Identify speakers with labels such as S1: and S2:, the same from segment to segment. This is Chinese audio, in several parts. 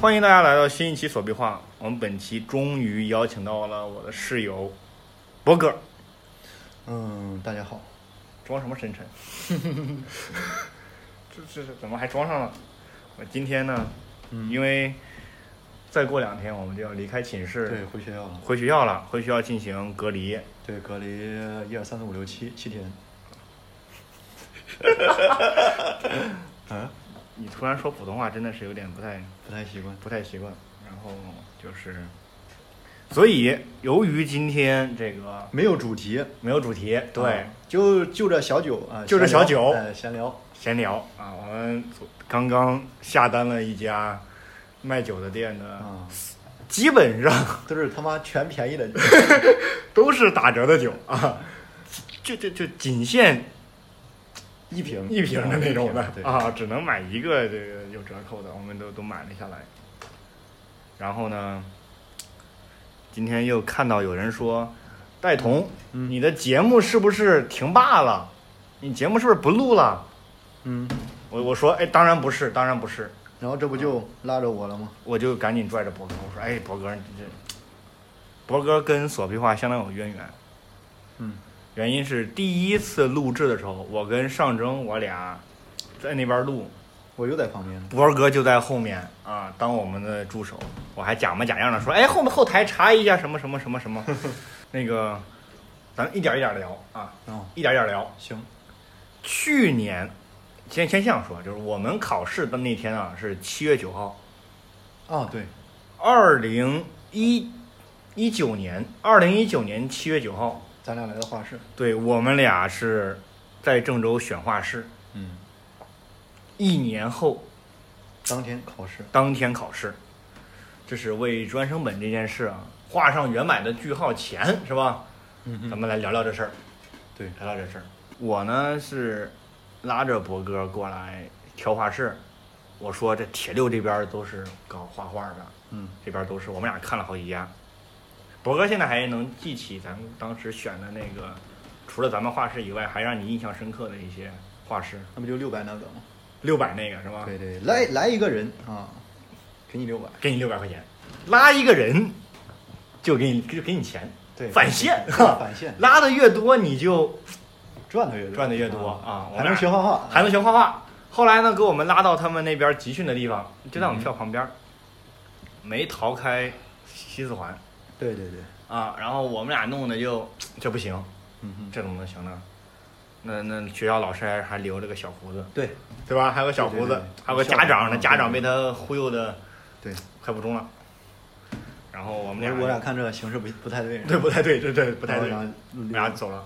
S1: 欢迎大家来到新一期锁壁话。我们本期终于邀请到了我的室友博哥，
S2: 嗯，大家好，
S1: 装什么深沉？这这这怎么还装上了？我今天呢，因为再过两天我们就要离开寝
S2: 对，
S1: 室，
S2: 回学校了，
S1: 回学校了，回学校进行隔离。
S2: 对，隔离一二三四五六七七天。啊，
S1: 你突然说普通话，真的是有点不太
S2: 不太习惯。
S1: 不太习惯。然后就是，所以由于今天这个
S2: 没有主题，
S1: 没有主题，对。
S2: 啊就就这小酒啊，
S1: 就这
S2: 闲聊
S1: 小酒
S2: 哎，闲聊，
S1: 闲聊啊，我们昨刚刚下单了一家卖酒的店的，
S2: 啊，
S1: 基本上
S2: 都是他妈全便宜 的，
S1: 都是打折的酒啊，就就就仅限
S2: 一瓶
S1: 一瓶的那种的
S2: 对，
S1: 啊，只能买一个这个有折扣的，我们都都买了下来。然后呢，今天又看到有人说，戴彤，
S2: 嗯
S1: 你的节目是不是停罢了？你节目是不是不录了？
S2: 嗯，
S1: 我我说，哎，当然不是，当然不是。
S2: 然后这不就拉着我了吗？
S1: 我就赶紧拽着博哥，我说：“哎，博哥，你这博哥跟索皮话相当有渊源，
S2: 嗯，
S1: 原因是第一次录制的时候，我跟尚征我俩在那边录，
S2: 我又在旁边呢。
S1: 博哥就在后面啊，当我们的助手，我还假模假样的说：‘哎，后面后台查一下什么什么什么什 么，那个，咱们一点一点聊啊，
S2: 哦，
S1: 一点一点聊。’
S2: 行，
S1: 去年，先先这样说，就是我们考试的那天啊，是七月九号，
S2: 啊，对，
S1: 二零一一九年，二零一九年七月九号，
S2: 咱俩来到画室，
S1: 对我们俩是在郑州选画室，
S2: 嗯，
S1: 一年后
S2: 当天考试，
S1: 当天考试，这是为专升本这件事啊画上圆满的句号前，是吧？
S2: 嗯
S1: 咱们来聊聊这事儿，
S2: 对
S1: 聊聊这事儿。我呢是拉着博哥过来挑画室，我说这铁六这边儿都是搞画画的，
S2: 嗯，
S1: 这边都是，我们俩看了好几家。博哥现在还能记起咱们当时选的那个，除了咱们画室以外，还让你印象深刻的一些画室。
S2: 那不就六百那个吗？
S1: 六百那个是吧？
S2: 对对，来来一个人啊，给你六百，
S1: 给你六百块钱，拉一个人就给你就给你钱，
S2: 对，
S1: 返现
S2: 对返现
S1: 拉的越多你就
S2: 赚的越多，
S1: 赚的越多啊我
S2: 还
S1: 俩
S2: 能学画画，
S1: 还能学画画。后来呢，给我们拉到他们那边集训的地方，就在
S2: 嗯
S1: 我们学校旁边儿，没逃开西四环
S2: 对对对，
S1: 啊。然后我们俩弄的就这不行，
S2: 嗯哼，
S1: 这怎么能行呢？那那学校老师还还留了个小胡子，
S2: 对
S1: 对吧？还有个小胡
S2: 对
S1: 子
S2: 对，对
S1: 还有个家长呢，
S2: 校长
S1: 家长被他忽悠的
S2: 对，
S1: 快不中了。然后我们俩，
S2: 我我俩看这形势不不太对，
S1: 对不太对，这这不
S2: 不
S1: 太对，我
S2: 然
S1: 们
S2: 后
S1: 俩走了。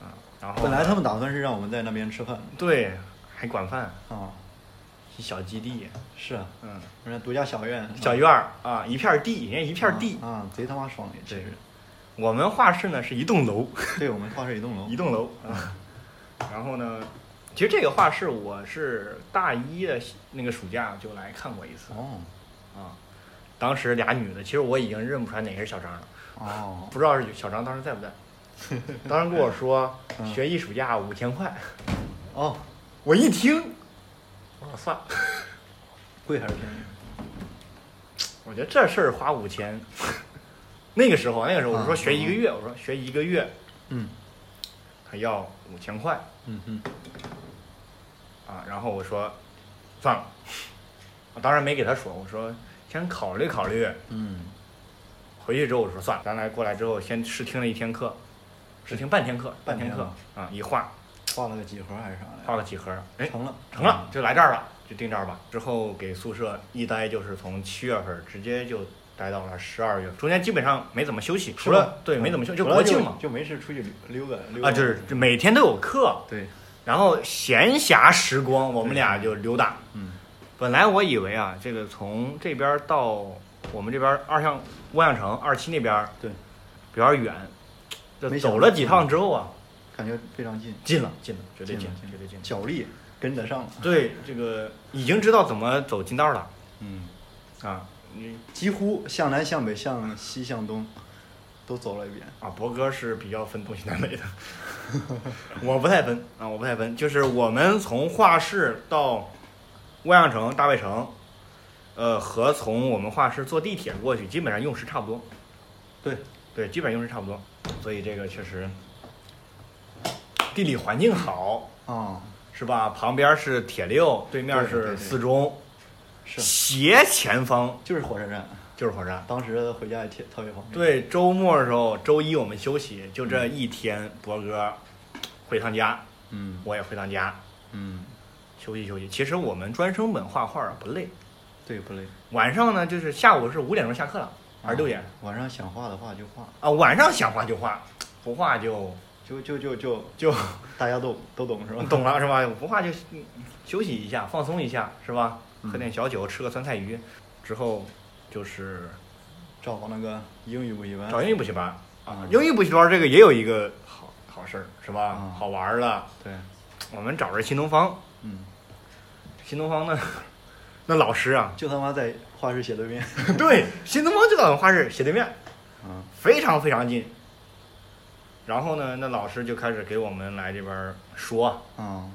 S1: 啊，然后
S2: 哦嗯本来他们打算是让我们在那边吃饭
S1: 对还管饭，
S2: 啊，
S1: 一小基地，
S2: 是啊，
S1: 嗯，
S2: 人家独家小院，
S1: 小院儿啊，一片地，人家一片地。
S2: 啊，啊贼他妈爽，其实，
S1: 我们画室呢是一栋楼，
S2: 对我们画室一栋楼
S1: 一，栋楼啊。然后呢，其实这个画室我是大一的那个暑假就来看过一次
S2: 哦
S1: 啊。当时俩女的，其实我已经认不出来哪个是小张了，
S2: 哦，
S1: 不知道是小张当时在不在。当时跟我说
S2: 嗯
S1: 学一暑假五千块，
S2: 哦，
S1: 我一听，我说算了，
S2: 贵还是便宜？
S1: 我觉得这事儿花五千，那个时候那个时候我说
S2: 嗯
S1: 学一个月，我说学一个月，
S2: 嗯
S1: 他要五千块
S2: 嗯嗯，
S1: 啊，然后我说算了，我当然没给他说，我说先考虑考虑，
S2: 嗯，
S1: 回去之后我说算了，咱来过来之后先试听了一天课，试听半天课，半天课
S2: 半
S1: 啊，一画
S2: 画了个几何还是啥来
S1: 画了几盒，哎
S2: 着？，成了，嗯
S1: 成了，就来这儿了，就定这儿吧。之后给宿舍一待就是从七月份直接就待到了十二月份，中间基本上没怎么休息，除了对没怎么休，就
S2: 主要
S1: 国庆嘛
S2: 嗯就没事出去溜达溜达
S1: 啊，就是就每天都有课，
S2: 对，
S1: 然后闲暇时光我们俩就溜达。
S2: 嗯
S1: 本来我以为啊，这个从这边到我们这边二巷万象城二期那边
S2: 对，
S1: 比较远，这
S2: 没想
S1: 走
S2: 到
S1: 了几趟之后啊，
S2: 感觉非常近，
S1: 近了，近了，绝对
S2: 近了
S1: 绝对近了。
S2: 脚力跟得上了，
S1: 对，这个已经知道怎么走近道了
S2: 嗯，
S1: 啊。你
S2: 几乎向南向北向西向东都走了一遍，
S1: 啊，博哥是比较分东西南北的，我不太分啊，我不太分。就是我们从画室到万象城、大卫城，呃，和从我们画室坐地铁过去，基本上用时差不多。
S2: 对
S1: 对，基本上用时差不多，所以这个确实地理环境好
S2: 啊，
S1: 是吧？旁边是铁六，对面
S2: 对对对
S1: 是四中，
S2: 是
S1: 斜前方
S2: 就是火车站。
S1: 就是火车站。
S2: 当时回家也特特别方便。，
S1: 对，周末的时候，周一我们休息，就这一天，博哥回趟家，
S2: 嗯
S1: 我也回趟家
S2: 嗯，
S1: 休息休息。其实我们专升本画画不累，
S2: 对，不累。啊
S1: 晚上呢就是下午是五点钟下课了，还是六点？
S2: 晚上想画的话就画，
S1: 啊，晚上想画就画，不画就
S2: 就就就就
S1: 就
S2: 大家都都懂是吧？
S1: 懂了是吧？不画就嗯休息一下，放松一下是吧？
S2: 嗯
S1: 喝点小酒，吃个酸菜鱼，之后就是
S2: 找那个英语补习班。
S1: 找英语补习班啊
S2: 嗯。
S1: 英语补习班这个也有一个好好事儿是吧
S2: 嗯？
S1: 好玩儿了，
S2: 对，
S1: 我们找着新东方，
S2: 嗯，
S1: 新东方的 那老师 啊，
S2: 就他妈在画室写对面。
S1: 对，新东方这个画室斜对面，
S2: 嗯
S1: 非常非常近。然后呢，那老师就开始给我们来这边儿说，
S2: 嗯，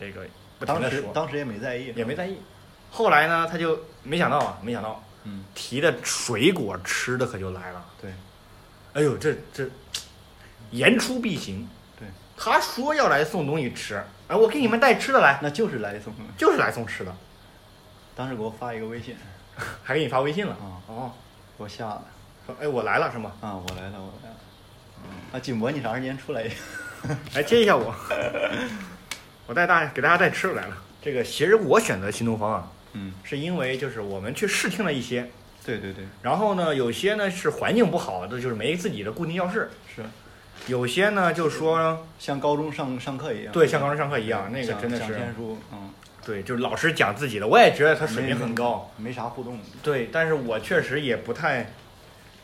S1: 这个不停
S2: 当
S1: 的
S2: 时
S1: 说，
S2: 当时也没在意，
S1: 也没在意。后来呢，他就没想到啊，没想到
S2: 嗯，
S1: 提的水果吃的可就来了。
S2: 对，
S1: 哎呦，这这言出必行。
S2: 对，
S1: 他说要来送东西吃，哎，我给你们带吃的来，
S2: 那就是来送的。
S1: 就是来送吃的，
S2: 当时给我发一个微信，
S1: 还给你发微信了。
S2: 啊
S1: 哦，
S2: 给我吓的
S1: 说哎我来了是吗？
S2: 啊！我来了，我来了。啊，锦博，你啥时间出来呀？
S1: 来接一下我，我带大家给大家带吃的来了。这个其实我选择新东方啊，
S2: 嗯，
S1: 是因为就是我们去试听了一些，
S2: 对对对，
S1: 然后呢有些呢是环境不好的，就是没自己的固定教室，
S2: 是
S1: 有些呢就说
S2: 像高中上上课一样。
S1: 对像刚才上课一样，那个
S2: 讲
S1: 真的
S2: 讲天
S1: 是
S2: 书，嗯，
S1: 对，就是老师讲自己的，我也觉得他水平
S2: 没
S1: 很高，，
S2: 没没啥互动。
S1: 对，但是我确实也不太，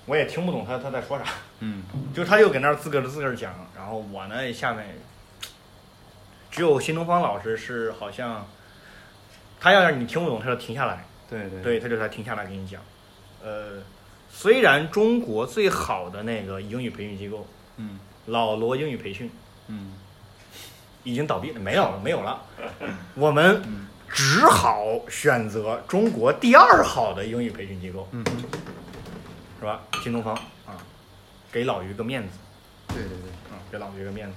S1: 我也听不懂他他在说啥，
S2: 嗯，
S1: 就是他又搁那儿自个儿自个儿讲，然后我呢下面只有新东方老师是好像，他要让你听不懂，他就停下来，
S2: 对对
S1: 对，他就才停下来给你讲。呃，虽然中国最好的那个英语培训机构
S2: 嗯
S1: 老罗英语培训
S2: 嗯
S1: 已经倒闭了，没有了，没有了，我们只好选择中国第二好的英语培训机构。
S2: 嗯，
S1: 是吧？新东方啊，给老于个面子
S2: 对对对，
S1: 啊，给老于个面子。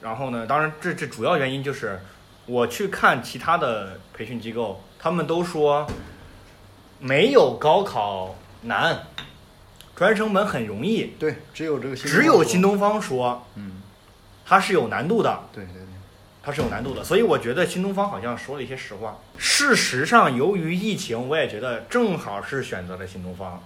S1: 然后呢，当然这这主要原因就是我去看其他的培训机构，他们都说没有高考难，专升本很容易，
S2: 对，只有这个新，
S1: 只有新，东方说
S2: 嗯，
S1: 它是有难度的，
S2: 对对对，
S1: 它是有难度的，所以我觉得新东方好像说了一些实话。事实上，由于疫情，我也觉得正好是选择了新东方。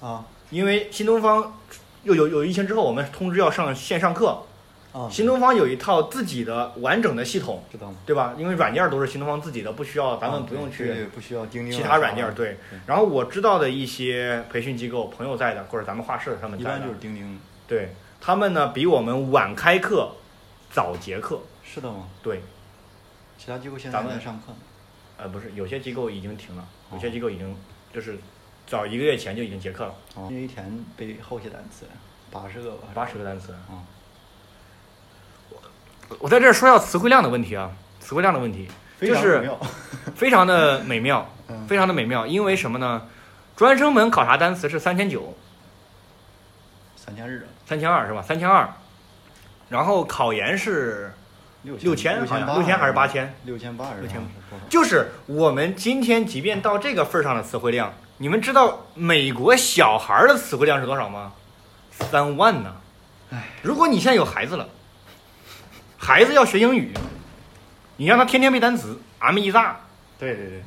S2: 啊
S1: 因为新东方又有有疫情之后，我们通知要上线上课。
S2: 啊，
S1: 新东方有一套自己的完整的系统，
S2: 知道吗？
S1: 对吧？因为软件儿都是新东方自己的，不需要咱们不用
S2: 啊对，对
S1: 去
S2: 不需要钉钉啊
S1: 其他软件儿。
S2: 啥的
S1: 对，然后我知道的一些培训机构，朋友在的或者咱们画室的他们
S2: 一
S1: 在
S2: 般
S1: 的
S2: 就是，钉
S1: 嗯
S2: 钉，
S1: 对他们呢比我们晚开课，早结课。
S2: 是的吗？
S1: 对，
S2: 其他机构现在
S1: 咱
S2: 还
S1: 们
S2: 在上课呢。
S1: 呃，不是，有些机构已经停了，有些
S2: 哦
S1: 机构已经就是早一个月前就已经结课了，
S2: 哦，那一天背后些单词，八十个吧。
S1: 八十个单词。
S2: 嗯
S1: 我在这儿说一下词汇量的问题啊，词汇量的问题，
S2: 非
S1: 就
S2: 常
S1: 是
S2: 重要
S1: 非常的美妙，
S2: 嗯
S1: 非常的美妙。因为什么呢？专升本考察单词是三千九、
S2: 三千日啊，
S1: 三千二是吧？三千二，然后考研是
S2: 六
S1: 六
S2: 千
S1: 千，好像
S2: 八，
S1: 六千还是八？千？
S2: 六千八还是
S1: 六千
S2: 八是多少？
S1: 就是我们今天即便到这个份儿上的词汇量，你们知道美国小孩儿的词汇量是多少吗？三万呢。如果你现在有孩子了，孩子要学英语，你让他天天背单词，I'm is a，
S2: 对对对，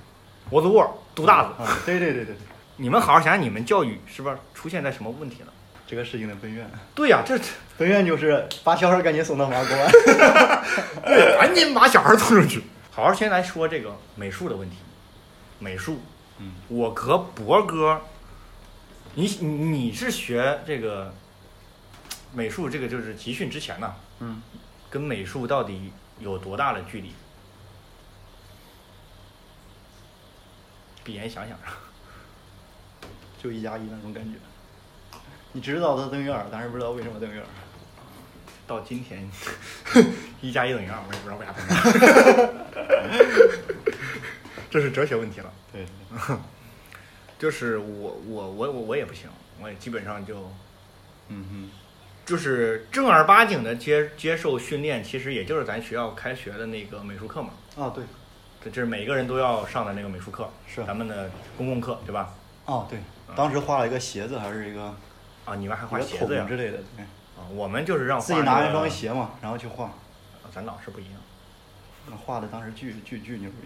S1: 我 the world，读大子。
S2: 啊，对对对对对，
S1: 你们好好想想，你们教育是不是出现在什么问题了？
S2: 这个事情的本源，
S1: 对呀、这
S2: 本源就是把小孩赶紧送到麻瓜。
S1: 对，赶紧把小孩送出去。好好先来说这个美术的问题。美术，
S2: 嗯，
S1: 我和博哥，你你你是学这个美术，这个就是集训之前呢、
S2: 嗯，
S1: 跟美术到底有多大的距离？闭眼想想，
S2: 就一加一那种感觉。你知道它等于二，但是不知道为什么等于二。
S1: 到今天 一加一等于二，我也不知道为啥等于 这是哲学问题了。
S2: 对，
S1: 就是我我我我我也不行，我也基本上就
S2: 嗯
S1: 就是正儿八经的接接受训练，其实也就是咱学校开学的那个美术课嘛，
S2: 哼，啊对，
S1: 这这是每个人都要上的那个美术课，
S2: 是
S1: 咱们的公共课，对吧？
S2: 哦对，当时画了一个鞋子还是一个
S1: 啊，你们还
S2: 一
S1: 画
S2: 个
S1: 鞋
S2: 桶
S1: 子呀
S2: 之？类的，对，
S1: 啊，我们就是让
S2: 自己
S1: 画
S2: 拿
S1: 那个
S2: 一双，鞋嘛，然后去画，
S1: 啊咱老师不一样，
S2: 画的当时巨巨巨牛逼，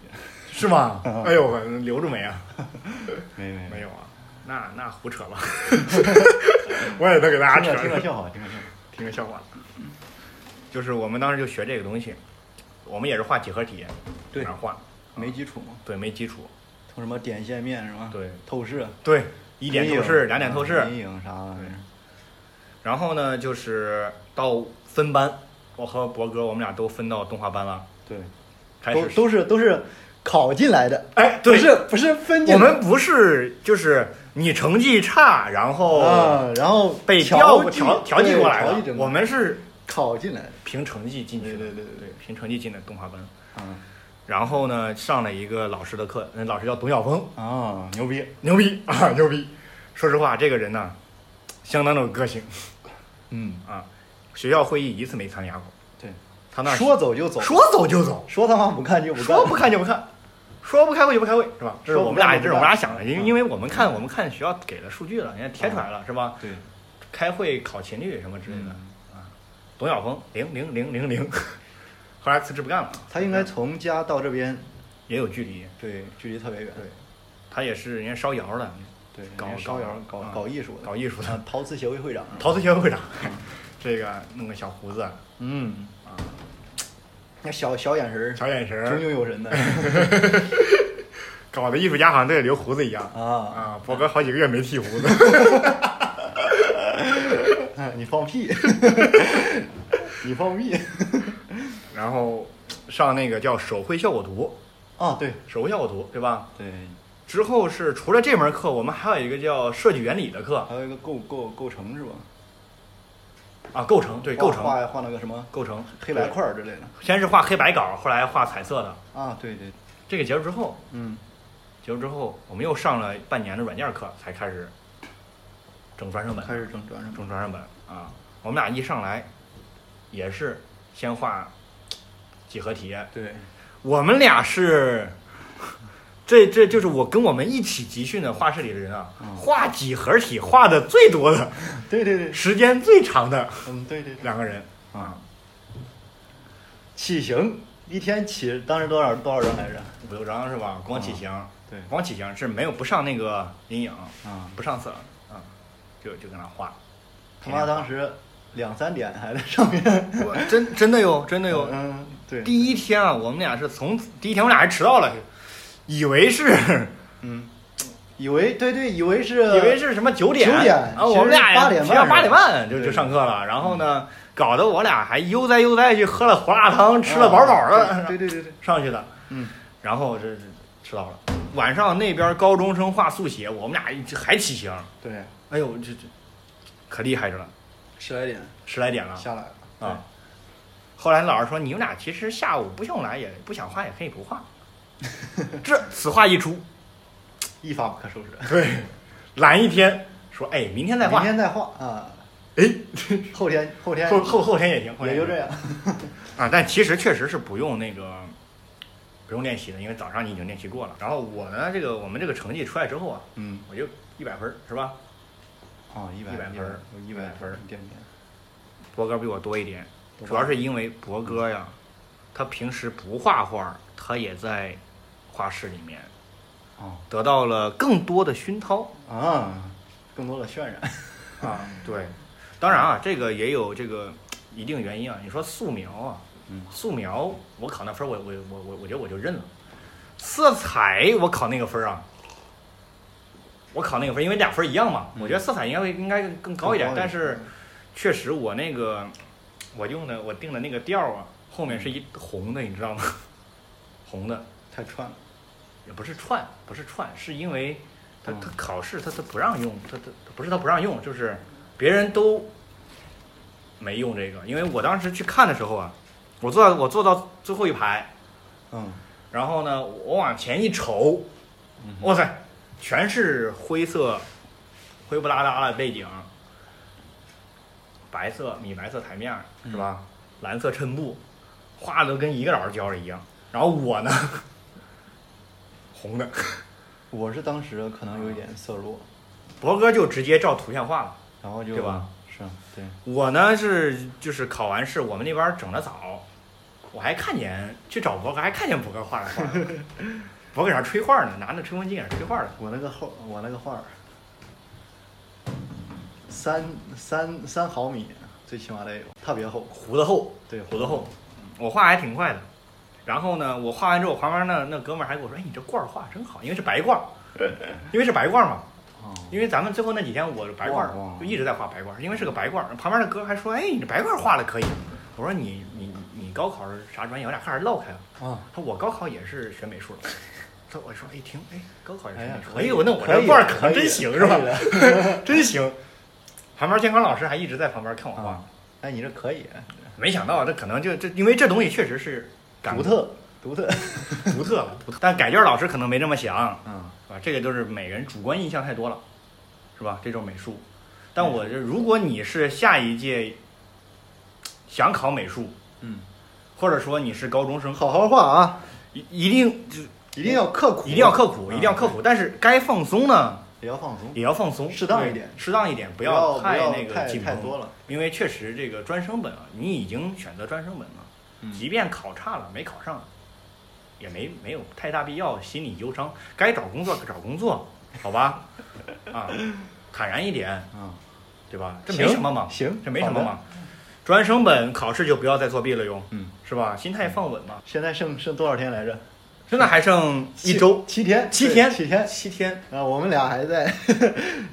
S1: 是吗
S2: 嗯
S1: 哎呦，我留着没啊？
S2: 没没
S1: 没有啊，那那胡扯吧， 我也能给大
S2: 听
S1: 家
S2: 着听着
S1: 扯，
S2: 挺好，听着挺好，
S1: 听个笑话。就是我们当时就学这个东西，我们也是画几何体，
S2: 对
S1: 哪画？
S2: 没基础嘛，
S1: 对，没基础，
S2: 从什么点线面是吧？
S1: 对
S2: 透视，
S1: 对，一点透
S2: 阴
S1: 视，
S2: 影
S1: 两点透视，
S2: 啊阴影啥的
S1: 对，然后呢，就是到分班，我和博哥我们俩都分到动画班了，
S2: 对，
S1: 开
S2: 都
S1: 始
S2: 都是都是考进来的，
S1: 哎，
S2: 不
S1: 对，
S2: 是不是分进
S1: 我
S2: 来
S1: 们不是就是你成绩差，然后
S2: 啊，然后
S1: 被调
S2: 调
S1: 过
S2: 剂
S1: 调调剂
S2: 对
S1: 过来
S2: 调剂
S1: 的
S2: 整，
S1: 我们是
S2: 考进来的，
S1: 凭成绩进去的，
S2: 对对对对
S1: 对，凭成绩进的动画班。
S2: 啊
S1: 然后呢，上了一个老师的课，那老师叫董晓峰，
S2: 啊，牛逼，
S1: 牛逼 啊，牛逼！说实话，这个人呢，相当的有个性
S2: 嗯，
S1: 啊，学校会议一次没参加过，
S2: 对，
S1: 他那儿
S2: 说走就走，
S1: 说走就走，
S2: 说他妈不看就不
S1: 说
S2: 看，
S1: 不看就不看，说不开会就不开会，是吧？这是我们俩，
S2: 说不干
S1: 这是
S2: 就不干
S1: 我们俩想的，因
S2: 嗯
S1: 因为我们看我们看学校给的数据了，人家贴出来了，是吧？
S2: 对，
S1: 开会考勤率什么之类的
S2: 嗯
S1: 啊。董晓峰零零零零零，后来辞职不干了，
S2: 他应该从家到这边，
S1: 也有距离，
S2: 对，距离特别远，
S1: 对他也是人家烧窑的，
S2: 对，
S1: 搞
S2: 人家烧窑，
S1: 搞
S2: 搞
S1: 啊
S2: 搞艺术的，
S1: 搞艺术 的，
S2: 啊，陶瓷协会会长，
S1: 陶瓷协会会长，这个弄个小胡子，
S2: 嗯
S1: 啊，
S2: 那小小眼神儿，
S1: 小眼神
S2: 炯
S1: 儿，
S2: 炯有神 的
S1: 搞得艺术家好像都得留胡子一样。
S2: 啊，
S1: 啊，博哥好几个月没剃胡子，
S2: 哎你放 屁，你放屁，
S1: 然后上那个叫手绘效果图，
S2: 啊，对
S1: 手绘效果图对吧？
S2: 对，
S1: 之后是除了这门课，我们还有一个叫设计原理的课
S2: 还有一个构构构成是吧？
S1: 啊，构成对构成
S2: 画画那个什么
S1: 构成
S2: 黑白，块儿之类的
S1: 对先是画黑白稿，后来画彩色的。
S2: 啊，对对，
S1: 这个结束之后，
S2: 嗯，
S1: 结束之后，我们又上了半年的软件课，才开始整专升本，
S2: 开始整转上
S1: 整专升本啊。我们俩一上来也是先画几何题，
S2: 对，
S1: 我们俩是。 这这就是我跟我们一起集训的画室里的人啊，
S2: 嗯
S1: 画几何体画的最多的，
S2: 对对对，
S1: 时间最长的
S2: 嗯，对对对，
S1: 两个人
S2: 啊，起行一天起，当时多少多少人来着？
S1: 五六张是吧？光启型，
S2: 对
S1: 光启型是没有不上那个阴影，
S2: 啊，
S1: 不上色，啊，就就跟那画。
S2: 他妈当时两三点还在上面，
S1: 我真真的有，真的 有。
S2: 嗯，对，
S1: 第一天啊，我们俩是从第一天我们俩还迟到了，以为是
S2: 嗯，以为对对，以为是
S1: 以为是什么九点，
S2: 九点
S1: 啊，我们俩
S2: 其实八点半
S1: 学校八点半就
S2: 对
S1: 就上课了，然后呢，搞得我俩还悠哉悠哉去喝了胡辣汤，吃了饱啊饱的，
S2: 啊对对对对，
S1: 上去的，
S2: 嗯，
S1: 然后这这迟到了。晚上那边高中生画速写，我们俩一直还起型，
S2: 对，
S1: 哎呦，这这可厉害着了，
S2: 十来点
S1: 十来点了
S2: 下来了
S1: 啊。后来老师说，你们俩其实下午不用来，也不想画，也可以不 画。这此话一出，
S2: 一发不可收拾，
S1: 对，懒一天，说哎，明天再
S2: 明
S1: 画，
S2: 天再画啊，
S1: 哎，
S2: 后天后天
S1: 后后后天也行，后天也
S2: 也就
S1: 行
S2: 这样，
S1: 啊。但其实确实是不用那个不用练习的，因为早上你已经练习过了。然后我呢，这个我们这个成绩出来之后啊，
S2: 嗯，
S1: 我就一百分儿是吧？
S2: 啊，一百
S1: 100分儿
S2: 有一百分儿，点点，
S1: 博哥比我多一点，
S2: 多
S1: 主要是因为博哥呀，他平时不画画，他也在画室里面
S2: 啊
S1: 得到了更多的熏陶
S2: 啊，更多的渲染，
S1: 啊。 对，当然啊，这个也有这个一定原因啊。你说素描啊，
S2: 嗯
S1: 素描我考那分儿我我我我我觉得我就认了。色彩我考那个分儿啊，我考那个分儿，因为俩分儿一样嘛，
S2: 嗯
S1: 我觉得色彩应该会应该更高一点，但是。确实，我那个我用的我定的那个调儿啊，后面是一红的，你知道吗？ 红的
S2: 太串了，
S1: 也不是串，不是串，是因为他
S2: 嗯
S1: 他考试他他不让用，他他不是他不让用，就是别人都没用这个。因为我当时去看的时候啊，我坐到我坐到最后一排，
S2: 嗯，
S1: 然后呢，我往前一瞅，哇塞，全是灰色、灰不拉拉的背景，白色米白色台面儿是吧？蓝色衬布，画的都跟一个老师教的一样。然后我呢， 红的，
S2: 我是当时可能有一点色弱，
S1: 博哥就直接照图像画了。
S2: 然后就
S1: 啊对吧？
S2: 是，对，
S1: 我呢是就是考完试，我们那边儿整的早，我还看见去找博哥，还看见博哥画着画 儿，博哥搁那儿吹画儿呢，拿着吹风机搁那儿吹画儿呢。
S2: 我那个后，我那个画儿，三三三毫米，最起码得有，特别厚。
S1: 胡子厚，
S2: 对
S1: 胡子厚，我画还挺快的。然后呢，我画完之后，旁边那那哥们儿还跟我说：“哎，你这罐儿画得真好，因为是白罐儿， 因为是白罐儿嘛。
S2: 哦，
S1: 因为咱们最后那几天我是白罐儿
S2: 哇哇，
S1: 就一直在画白罐儿，因为是个白罐儿。旁边的哥还说：‘哎，你这白罐儿画的可以。’我说你：‘你你你高考是啥专业？’我俩开始唠开了。
S2: 啊，
S1: 他说我高考也是学美术的。他我说哎听哎，高考也是
S2: 哎
S1: 学
S2: 呀
S1: 美，术。
S2: 可
S1: 哎
S2: 以
S1: 呦，那我
S2: 可
S1: 这
S2: 以
S1: 腕儿可能
S2: 可以
S1: 真行是吧
S2: 可以？
S1: 真行。旁边监考老师还一直在旁边看我画
S2: 啊，哎，你这可以，
S1: 没想到这可能就这，因为这东西确实是感
S2: 独特，独特。
S1: 独特了，独特。但改卷老师可能没这么想，
S2: 嗯，
S1: 是吧？这个就是每人主观印象太多了，是吧？这种美术，但
S2: 嗯
S1: 我这如果你是下一届想考美术，
S2: 嗯，
S1: 或者说你是高中生，
S2: 好好画啊，
S1: 一一定就
S2: 一定要刻苦，
S1: 一定要刻苦，
S2: 嗯
S1: 一定要刻苦，但是该放松呢。
S2: 也要放松，
S1: 也要放松，
S2: 适当一点
S1: 对适当一点，不
S2: 要
S1: 太
S2: 不要
S1: 那个
S2: 太
S1: 紧绷
S2: 太多了。
S1: 因为确实这个专升本啊，你已经选择专升本了，
S2: 嗯
S1: 即便考差了没考上，也没没有太大必要心理忧伤，该找工作找工作，好吧？啊，坦然一点，
S2: 啊，
S1: 对吧？嗯这没什么嘛，
S2: 行，
S1: 这没什么
S2: 好的
S1: 嘛。专升本考试就不要再作弊了哟，
S2: 嗯，
S1: 是吧？心态放稳嘛。
S2: 现在剩剩多少天来着？
S1: 真的还剩一周
S2: 七天，
S1: 七
S2: 对
S1: 天
S2: 七天。
S1: 七天，
S2: 啊，我们俩还在，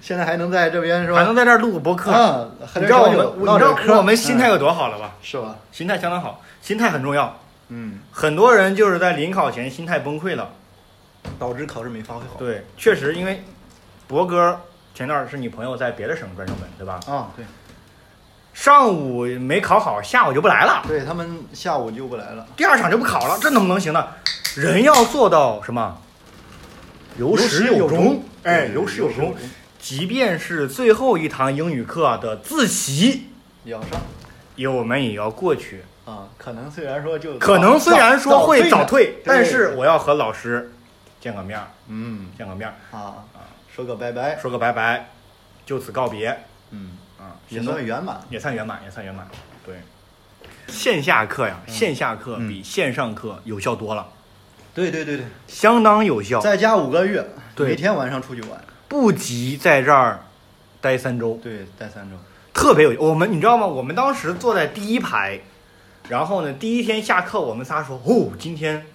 S2: 现在还能在这边是
S1: 还
S2: 吧？
S1: 能在这儿录个播客，
S2: 啊，还
S1: 你
S2: 能
S1: 知道我
S2: 找
S1: 们
S2: 酒
S1: 你
S2: 唠
S1: 知
S2: 点嗑嗯
S1: 道我们心态有多好了吧？
S2: 是吧？
S1: 心态相当好，心态很重要。
S2: 嗯，
S1: 很多人就是在临考前心态崩溃了。
S2: 导致考试没发挥好。
S1: 对，确实，因为博哥前段儿是你朋友在别的省专升本，对吧？
S2: 啊，对，
S1: 上午没考好，下午就不来了，
S2: 对他们下午就不来了，
S1: 第二场就不考了，这能不能行呢？人要做到什么？有始
S2: 有
S1: 终，哎，
S2: 对
S1: 有始有
S2: 有始有
S1: 终
S2: 终。
S1: 即便是最后一堂英语课的自习，
S2: 也要上
S1: 也我们也要过去。
S2: 啊。可能虽然说就
S1: 可能虽然说会
S2: 早
S1: 早退，
S2: 对
S1: 但是我要和老师见个面儿，
S2: 嗯
S1: 见个面儿。
S2: 啊，说个拜拜，
S1: 说个拜拜，就此告别
S2: 嗯，
S1: 啊，
S2: 也
S1: 行
S2: 算圆满。
S1: 也算圆满，也算圆满。对，线下课呀，线下课比线上课有效多了，
S2: 对对对对，
S1: 相当有效，
S2: 在家五个月，
S1: 对
S2: 每天晚上出去玩，
S1: 不急在这儿待三周，
S2: 对，待三周。
S1: 特别有。我们你知道吗？我们当时坐在第一排，然后呢，第一天下课，我们仨说，哦，今天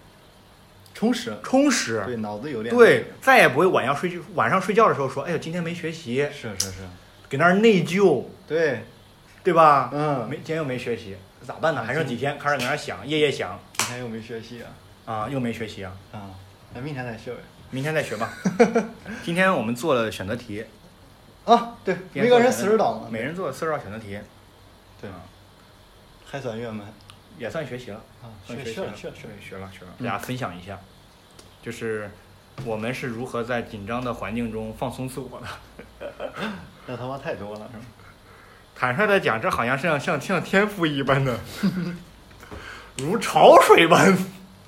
S2: 充实，
S1: 充实。
S2: 对，脑子有点
S1: 对，再也不会晚上睡晚上睡觉的时候说，哎呦，今天没学习，
S2: 是是是，
S1: 给那儿内疚，
S2: 对，
S1: 对吧？
S2: 嗯，
S1: 没，今天又没学习，咋办呢？还剩几天，开始搁那儿想，夜夜想
S2: 今天又没学习啊，
S1: 啊，又没学习啊，
S2: 啊，那明天再学呗。
S1: 明天再学 吧。今天我们做了选择题，
S2: 啊，对，
S1: 今天
S2: 每个人
S1: 做
S2: 四
S1: 了选择
S2: 十档嘛，
S1: 每人做四十道选择题，
S2: 对
S1: 啊，
S2: 还算圆满
S1: 也算学习了，
S2: 啊，
S1: 算
S2: 学
S1: 习
S2: 学
S1: 了，
S2: 了学了
S1: 学
S2: 学了，
S1: 学了，学了。
S2: 嗯
S1: 大家分享一下，就是我们是如何在紧张的环境中放松自我的。
S2: 那他妈太多了是吧？
S1: 坦率的讲，这好像是像像像天赋一般 的，如潮水般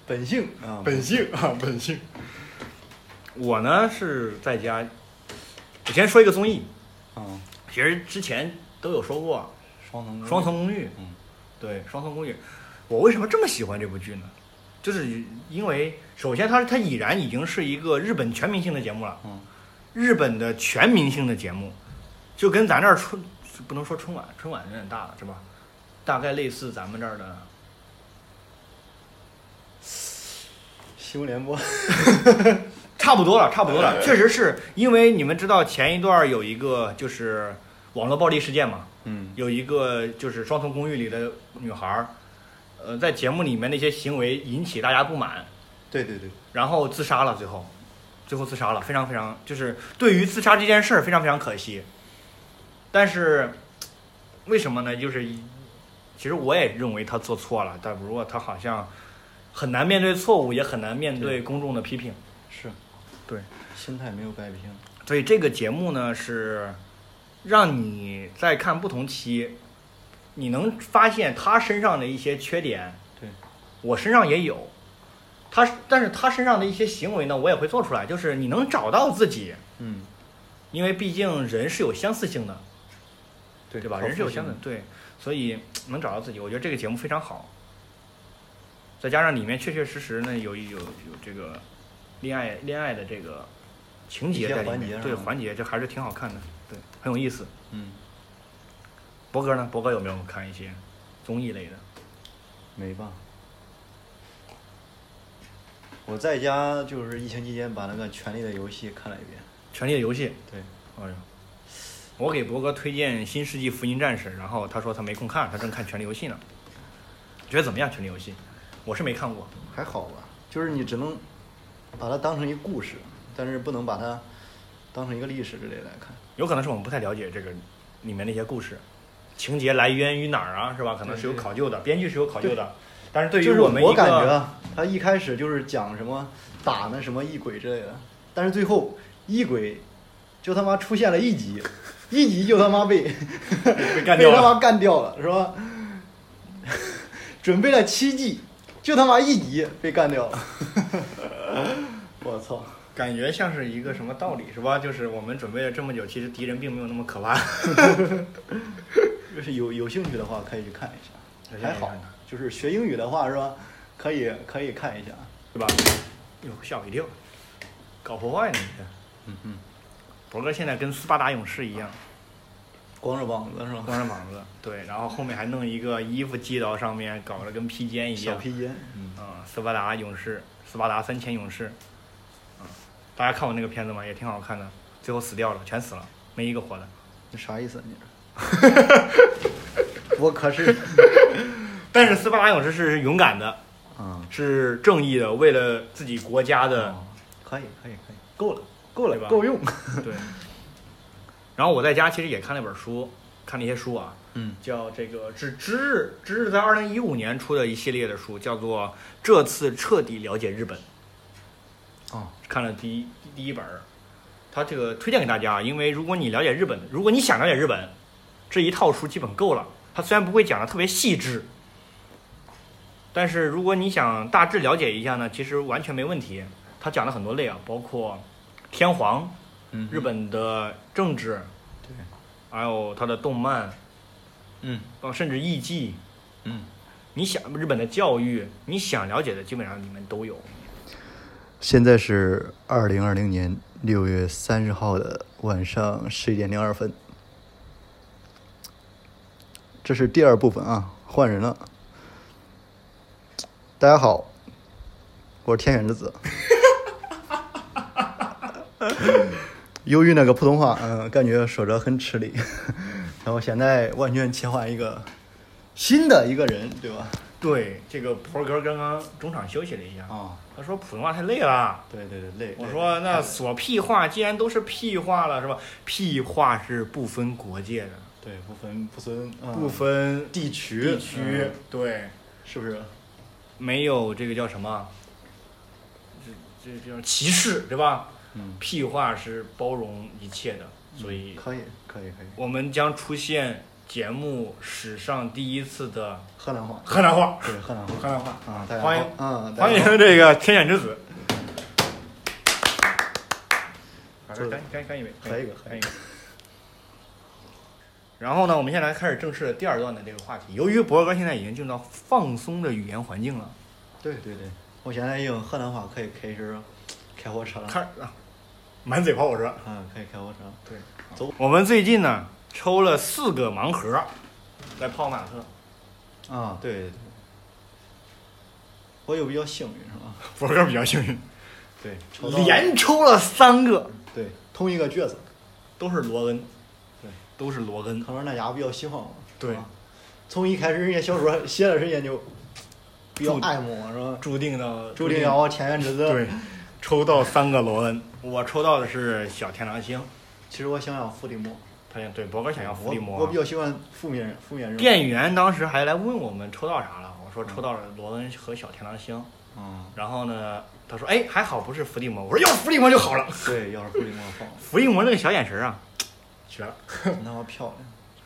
S2: 本性啊，
S1: 本性啊，本性。我呢是在家，我先说一个综艺，
S2: 啊，
S1: 其实之前都有说过
S2: 双层
S1: 《
S2: 公
S1: 双
S2: 寓
S1: 层公寓》。
S2: 嗯，
S1: 对，《双层公寓》，我为什么这么喜欢这部剧呢？就是因为首先它它已然已经是一个日本全民性的节目了，
S2: 嗯，
S1: 日本的全民性的节目，就跟咱这儿春不能说春晚，春晚有点大了是吧？大概类似咱们这儿的
S2: 新闻联播，
S1: 差不多了，差不多了，确实是因为你们知道前一段儿有一个就是网络暴力事件嘛，
S2: 嗯
S1: 有一个就是《双层公寓》里的女孩儿，呃，在节目里面那些行为引起大家不满，
S2: 对对对，
S1: 然后自杀了，最后，最后自杀了，非常非常就是对于自杀这件事儿非常非常可惜，但是为什么呢？就是其实我也认为他做错了，但不过他好像很难面对错误，也很难面对公众的批评。
S2: 是
S1: 对，
S2: 心态没有摆平，
S1: 所以这个节目呢是让你在看不同期，你能发现他身上的一些缺点，
S2: 对，
S1: 我身上也有。他，但是他身上的一些行为呢，我也会做出来，就是你能找到自己，
S2: 嗯，
S1: 因为毕竟人是有相似性的，
S2: 对
S1: 对吧？人是有相似，对，所以能找到自己，我觉得这个节目非常好。再加上里面确确实实呢有有有这个恋爱恋爱的这个情节
S2: 一些
S1: 在里
S2: 环
S1: 面，
S2: 节啊是
S1: 对
S2: 吧
S1: 环节这还是挺好看的，对，很有意思。
S2: 嗯，
S1: 博哥呢？博哥有没有看一些综艺类的？
S2: 没吧？我在家就是疫情期间把那个《权力的游戏》看了一遍，
S1: 《权力的游戏》？
S2: 对，
S1: 哎呦，我给博哥推荐《新世纪福音战士》，然后他说他没空看，他正看《权力游戏》呢。觉得怎么样？《权力游戏》，我是没看过。
S2: 还好吧，就是你只能把它当成一故事，但是不能把它当成一个历史之类来看。
S1: 有可能是我们不太了解这个里面的一些故事，情节来源于哪儿啊，是吧？可能是有考究的，编剧是有考究的。但是对于
S2: 就是
S1: 们
S2: 我
S1: 一个
S2: 感觉啊，他一开始就是讲什么打那什么异鬼之类的，但是最后异鬼就他妈出现了一集，一集就他妈被
S1: 被干掉
S2: 被他
S1: 了，
S2: 妈干掉了，是吧？准备了七季，就他妈一集被干掉了， 我操！
S1: 感觉像是一个什么道理是吧？就是我们准备了这么久，其实敌人并没有那么可怕。
S2: 就是有有兴趣的话可以去看一
S1: 有兴
S2: 下，
S1: 趣
S2: 还好
S1: 看看，
S2: 就是学英语的话是吧？可以可以看一下，
S1: 对吧？哟，吓我一跳，搞破坏呢！你看，
S2: 嗯嗯，
S1: 博哥现在跟斯巴达勇士一样，
S2: 光着膀子 是吧？
S1: 光着膀子，对，然后后面还弄一个衣服系到上面，搞得跟披肩一
S2: 小
S1: 样。
S2: 披肩，嗯，
S1: 啊、斯巴达勇士，斯巴达三千勇士，啊、大家看过那个片子吗？也挺好看的，最后死掉了，全死了，没一个活的。
S2: 你啥意思啊 你？我可 是，
S1: 但是斯巴达勇士是勇敢的，
S2: 嗯，
S1: 是正义的，为了自己国家的，
S2: 可以可以可以，够了哦够
S1: 对吧
S2: 了够用，
S1: 对。然后我在家其实也看了本书，看了一些书啊，
S2: 嗯，
S1: 叫这个是知日，知日在二零一五年出的一系列的书，叫做《这次彻底了解日本》。
S2: 哦，
S1: 看了第一第一本儿，它这个推荐给大家，啊因为如果你了解日本，如果你想了解日本，这一套书基本够了。它虽然不会讲的特别细致，但是如果你想大致了解一下呢，其实完全没问题。它讲了很多类啊，包括天皇、
S2: 嗯
S1: 日本的政治，
S2: 对，
S1: 还有它的动漫，
S2: 嗯
S1: 包甚至艺伎。
S2: 嗯，
S1: 你想日本的教育，你想了解的基本上里面都有。
S2: 现在是二零二零年六月三十号的晚上十一点零二分，这是第二部分啊，换人了。大家好，我是天选之子。 由于那个普通话，嗯、感觉说着很吃力， 然后现在完全切换一个新的一个人，对吧？
S1: 对，这个博格刚刚中场休息了一下
S2: 啊、，
S1: 他说普通话太累了。
S2: 对对对，累。
S1: 我
S2: 累
S1: 说那所屁话既然都是屁话了，是吧？屁话是不分国界的，
S2: 对不分不分、嗯
S1: 不分
S2: 地区
S1: 地区，
S2: 嗯
S1: 对，
S2: 是不是？
S1: 没有这个叫什么，这这叫歧视，对吧？
S2: 嗯，
S1: 屁话是包容一切的，所以
S2: 可以，可以，可以。
S1: 我们将出现节目史上第一次的
S2: 河南话，
S1: 河南话，
S2: 对，河南话
S1: 河南话，
S2: 啊，大家
S1: 欢迎
S2: 好啊，大
S1: 欢
S2: 家好。
S1: 迎这个天选之子。
S2: 这
S1: 干干干一杯，
S2: 来一个
S1: 干一杯。然后呢，我们现在开始正式的第二段的这个话题。由于博哥现在已经进入到放松的语言环境了，
S2: 对对对，我现在用河南话可以开始开火车了，
S1: 开始啊，满嘴跑火车。
S2: 啊，可以开火车了。
S1: 对，
S2: 走
S1: 我们最近呢抽了四个盲盒，来泡马克。
S2: 啊，对对对。我有比较幸运是吧？
S1: 博哥比较幸运，
S2: 对，抽到了
S1: 连抽了三个，
S2: 对同一个角色，
S1: 都是罗恩，
S2: 对，
S1: 都是罗恩。
S2: 可能那家伙比较喜欢我。
S1: 对
S2: 啊从一开始人家小说写了，人家就比较
S1: 注
S2: 爱慕我是吧？
S1: 注定的，
S2: 注定要我天选之子。
S1: 对，，抽到三个罗恩，我抽到的是小天狼星，
S2: 其实我想要伏地魔，哎
S1: 他想对博哥想要伏地魔。
S2: 我我比较喜欢负面人，负面人物。嗯
S1: 店员当时还来问我们抽到啥了，我说抽到了罗恩和小天狼星。
S2: 啊、嗯，
S1: 然后呢，他说：“哎，还好不是伏地魔。”我说：“要是伏地魔就好了。
S2: 对，要是不灵光放，
S1: 伏地魔那个小眼神啊，绝了，
S2: 真他妈漂亮，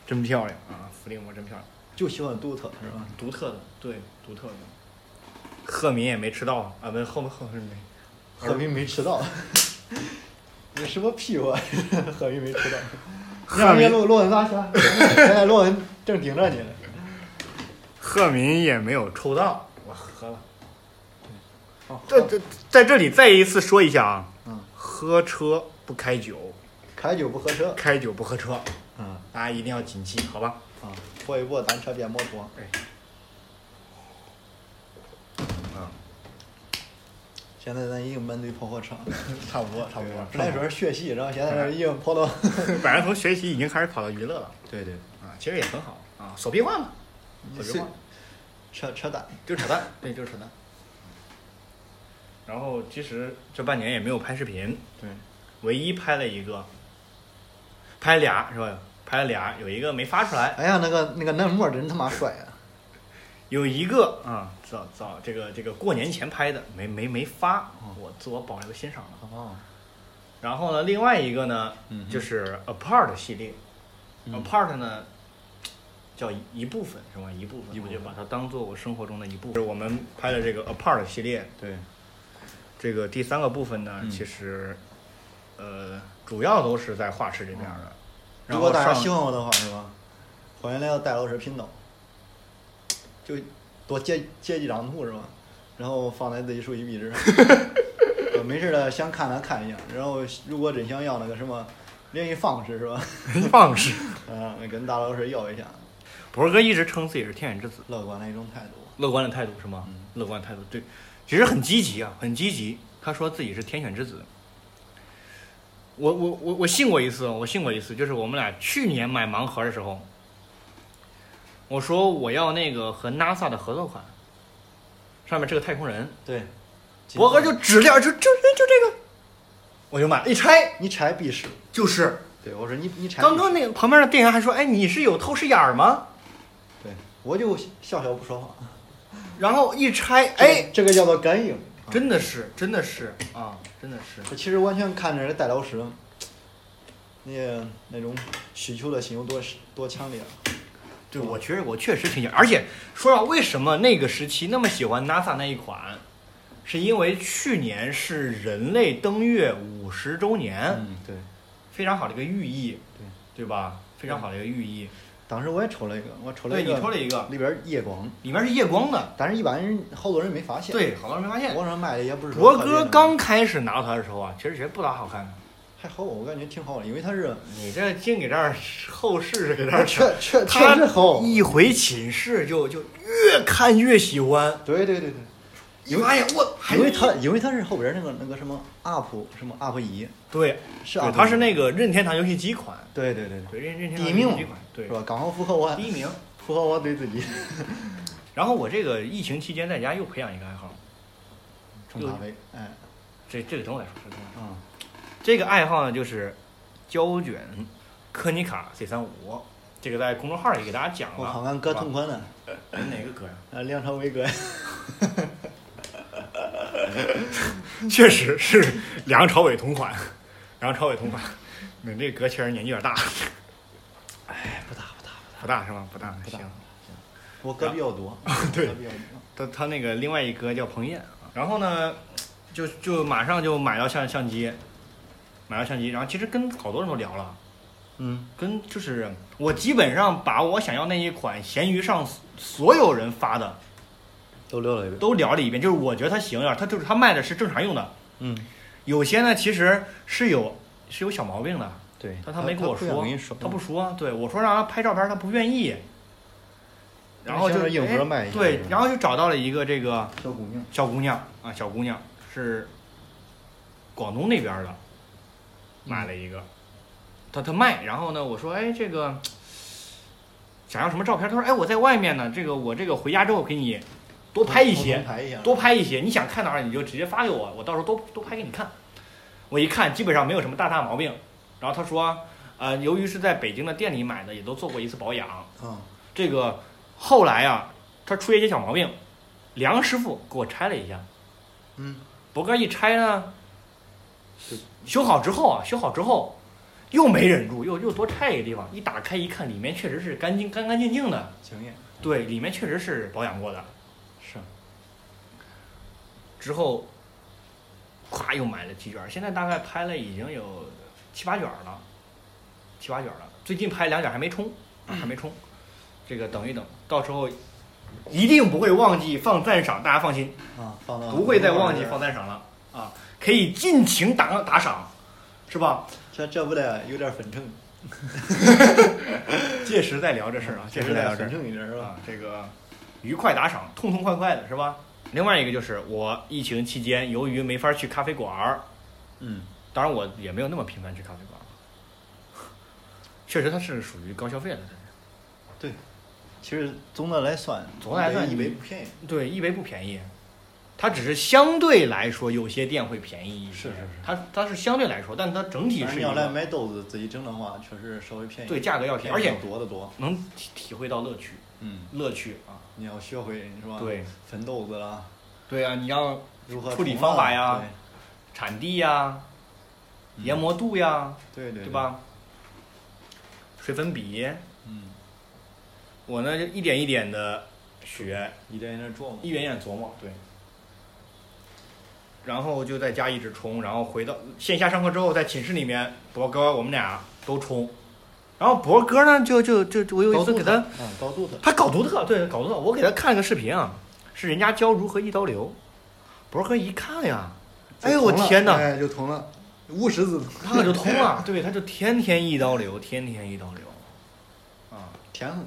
S1: 真漂亮啊！伏地魔真漂亮，
S2: 就喜欢杜特是 吧？
S1: 独特的，对，独特的。赫敏也没吃到啊，不是后面后面没。
S2: 何冰没吃到，你什么屁话？ 何冰没吃 到，下面洛洛恩拉瞎，现在洛恩哎正顶着你呢。
S1: 赫敏也没有抽到，我喝了。
S2: 哦，
S1: 这这在这里再一次说一下啊，
S2: 嗯，
S1: 喝车不开酒，
S2: 开酒不喝车，
S1: 开酒不喝车，
S2: 嗯
S1: 大家一定要谨记，好吧？
S2: 啊，握一握单车变摩托，
S1: 哎，嗯
S2: 现在咱已经闷对跑火车了，
S1: 差不 多，差嗯不
S2: 本来主要是学习，然后现在已经 跑到，
S1: 反正从学习已经开始跑到娱乐了
S2: 对对，
S1: 啊，其实也很好啊，手臂换嘛，手臂换。
S2: 扯扯淡，
S1: 就是扯淡，对，就是扯淡。然后其实这半年也没有拍视频，
S2: 对，
S1: 唯一拍了一个，拍俩是吧？拍了俩，有一个没发出来，
S2: 哎呀，那个那个嫩墨真他妈帅啊！
S1: 有一个啊，早早这个这个过年前拍的，没没没发，我自我保留欣赏了。
S2: 哦，
S1: 然后呢，另外一个呢，
S2: 嗯哼
S1: 就是 Apart 系列、
S2: 嗯
S1: a p a r t 呢叫一一部分是吧？一部分，
S2: 一部分
S1: 我就把它当做我生活中的一部分。就是我们拍了这个 Apart 系列，
S2: 对，
S1: 这个第三个部分呢，
S2: 嗯
S1: 其实，呃，主要都是在画室这边的。然后
S2: 如果哦大家
S1: 上
S2: 喜欢我的话，是吧？欢迎来到戴老师频道，就多截截几张图是吧？然后放在自己手机壁 纸上，呃没事儿了想看咱看一下。然后如果真想要那个什么联系方式是吧？
S1: 放式，
S2: 嗯、跟大老师要一下，
S1: 博哥一直称自己是天选之子，
S2: 乐观的一种态度。
S1: 乐观的态度是吗？
S2: 嗯
S1: 乐观的态度，对，其实很积极啊，很积极。他说自己是天选之子。我我我我信过一次，啊我信过一次，就是我们俩去年买盲盒的时候，我说我要那个和 NASA 的合作款，上面是个太空人，
S2: 对，
S1: 博哥就指着就就就就这个，我就买了，一拆
S2: 你拆壁纸，
S1: 就是。
S2: 对我说你你拆壁
S1: 刚
S2: 纸，
S1: 刚那个旁边的店员还说：“哎，你是有透视眼儿吗
S2: 对我就笑笑不说话。？”
S1: 然后一拆，
S2: 这个
S1: 哎，，
S2: 这个叫做啊感应。
S1: 真的是，真的是啊，真的是，
S2: 我其实完全看着这戴老师，那那种需求的心有多多强烈啊。
S1: 对我确实我确实挺喜欢，而且说实话，为什么那个时期那么喜欢 NASA 那一款，是因为去年是人类登月五十周年，，
S2: 嗯对，
S1: 非常好的一个寓意，
S2: 对
S1: 对吧？非常好的一个寓意。
S2: 当时我也抽了一个，我抽了
S1: 对
S2: 一
S1: 你
S2: 个，
S1: 抽了一个，
S2: 里边夜光，
S1: 里面是夜光的，
S2: 但是一般人好多人没发现。，
S1: 对，好多人没发现。
S2: 网上卖的也不是说
S1: 博
S2: 特别
S1: 哥
S2: 那个
S1: 刚开始拿到它的时候啊，其实觉得不咋好看。
S2: 还好，我感觉挺好的，因为它 是
S1: 你这净给这儿后世给这儿扯
S2: 确确确
S1: 他
S2: 实好。
S1: 一回寝室就就越看越喜欢，
S2: 对对对对，
S1: 一发现我还
S2: 因为它因为它是后边那个那个什么 UP 什么 UP 一，
S1: 对
S2: 是
S1: 对，
S2: UP，
S1: 它是那个任天堂游戏机款，
S2: 对对对
S1: 对任任天
S2: 第
S1: 堂
S2: 一
S1: 游
S2: 名
S1: 戏机款，对
S2: 对，是吧？刚好符合我
S1: 第一名。
S2: 符合我对自己
S1: 然后我这个疫情期间在家又培养一个爱好，
S2: 冲咖啡，哎，
S1: 这这个等我再说，这个等我再说
S2: 嗯，
S1: 这个爱好呢就是胶卷科尼卡 C 三五，这个在公众号里给大家讲了。
S2: 我好像哥
S1: 是吧
S2: 同款呢。
S1: 哎哪个哥呀？
S2: 啊，梁朝伟哥，
S1: 确实是梁朝伟同款，梁朝伟同款。你这哥确实年纪有点大，
S2: 哎不打不打，
S1: 不大是吗？不大，
S2: 不大
S1: 行。
S2: 我哥比较 多，
S1: 对
S2: 我哥比较多，
S1: 他他那个另外一哥叫彭燕啊，然后呢，就就马上就买到相相机，买到相机，然后其实跟好多人都聊了，
S2: 嗯，
S1: 跟就是我基本上把我想要那一款闲鱼上所有人发的
S2: 都溜了一遍，
S1: 都聊了一遍，就是我觉得它行点，它就是它卖的是正常用的，
S2: 嗯，
S1: 有些呢其实是有是有小毛病的，
S2: 对，
S1: 但他没跟我
S2: 他不
S1: 说，
S2: 想跟你说，嗯
S1: 他不说，对我说让他拍照片，他不愿意，然后
S2: 那
S1: 就
S2: 像是硬核卖
S1: 哎
S2: 一下
S1: 对
S2: 是吧，
S1: 然后就找到了一个这个。
S2: 小姑娘，
S1: 小姑娘啊，小姑娘是广东那边的，买了一个，她她卖，然后呢，我说，哎，这个想要什么照片？她说，哎，我在外面呢，这个我这个回家之后给你多拍一
S2: 多
S1: 些，
S2: 拍一下，
S1: 多拍一些，你想看哪儿你就直接发给我，我到时候都都拍给你看。我一看，基本上没有什么大大毛病。然后她说，呃，由于是在北京的店里买的，也都做过一次保养，
S2: 嗯，
S1: 这个后来啊，他出了一些小毛病，梁师傅给我拆了一下，
S2: 嗯，
S1: 博盖一拆呢，修好之后啊，修好之后又没忍住，又又多拆一个地方，一打开一看，里面确实是干净干干净净的，
S2: 经验
S1: 对，里面确实是保养过的。
S2: 是，
S1: 之后，咵又买了几卷儿，现在大概拍了已经有七八卷儿了，七八卷儿了。最近拍两卷儿还没冲，啊还没冲，这个等一等，到时候一定不会忘记放赞赏，大家放心，
S2: 啊，放到
S1: 不会再忘记放赞赏了啊！可以尽情打打赏，是吧？
S2: 这这不得有点粉蹭，
S1: 届时再聊这事儿啊，届时再聊
S2: 嗯得
S1: 这事
S2: 粉
S1: 儿
S2: 蹭一点是吧？
S1: 啊，这个愉快打赏，痛痛快快的是吧？另外一个就是我疫情期间，由于没法去咖啡馆儿。
S2: 嗯，
S1: 当然我也没有那么频繁去咖啡馆， 确实它是属于高消费的。
S2: 其实总的来算，
S1: 总的来算
S2: 一杯不便宜，
S1: 对，一杯不便宜，它只是相对来说有些店会便宜一些，
S2: 是是是
S1: 它它是相对来说，但它整体
S2: 反正
S1: 是一
S2: 你要来
S1: 个
S2: 买豆子自己蒸的话，确实稍微便宜，
S1: 对价格要便宜，而
S2: 便
S1: 且
S2: 宜多得多。
S1: 能体体会到乐趣，
S2: 嗯，
S1: 乐趣啊，
S2: 你要学会是吧？，
S1: 对
S2: 分豆子啦，
S1: 对啊，你要
S2: 如何
S1: 处理
S2: 冲
S1: 方法呀，
S2: 浪
S1: 产地呀，
S2: 嗯
S1: 研磨度呀，
S2: 对对对
S1: 对？吧？水粉笔，
S2: 嗯，
S1: 我呢就一点一点的学，
S2: 一点一点琢磨
S1: 一。点点琢磨，对。然后就在家一直冲，然后回到线下上课之后，在寝室里面，博哥我们俩都冲。然后博哥呢，就就就就我有一
S2: 高
S1: 次
S2: 度
S1: 给
S2: 的，
S1: 他，
S2: 嗯，高度的，
S1: 他搞独特，对，搞独特。我给他看了个视频啊，是人家教如何一刀流。博哥一看呀，哎呦我
S2: 就通了
S1: 天哪，
S2: 哎，就通了，无师自通，
S1: 他 可就通了，对，他就天天一刀流，天天一刀流，啊，
S2: 天赋，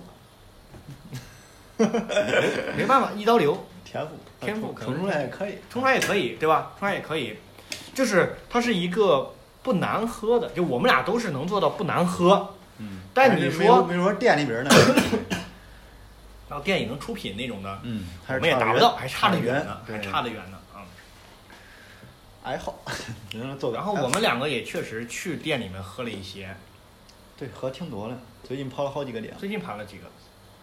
S1: 没办法，一刀流，
S2: 天赋，
S1: 天赋
S2: 啊
S1: 可
S2: 冲
S1: 能
S2: 出来也可以，
S1: 冲出来也可以，对吧？冲出来也可以，就是它是一个不难喝的，就我们俩都是能做到不难喝。
S2: 嗯，
S1: 但
S2: 是
S1: 你
S2: 没
S1: 说
S2: 有没说店里边呢，
S1: 然后店也能出品那种的，
S2: 嗯，
S1: 我
S2: 还是
S1: 们也
S2: 差得
S1: 达不
S2: 远
S1: 到，还差得
S2: 得
S1: 远呢，
S2: 对
S1: 还差得远呢啊、
S2: 爱好，只能做
S1: 嗯。
S2: 个
S1: 然后
S2: 爱
S1: 我
S2: 好
S1: 们两个也确实去店里面喝了一些，
S2: 对喝挺多了，最近跑了好几个点，
S1: 最近盘了几个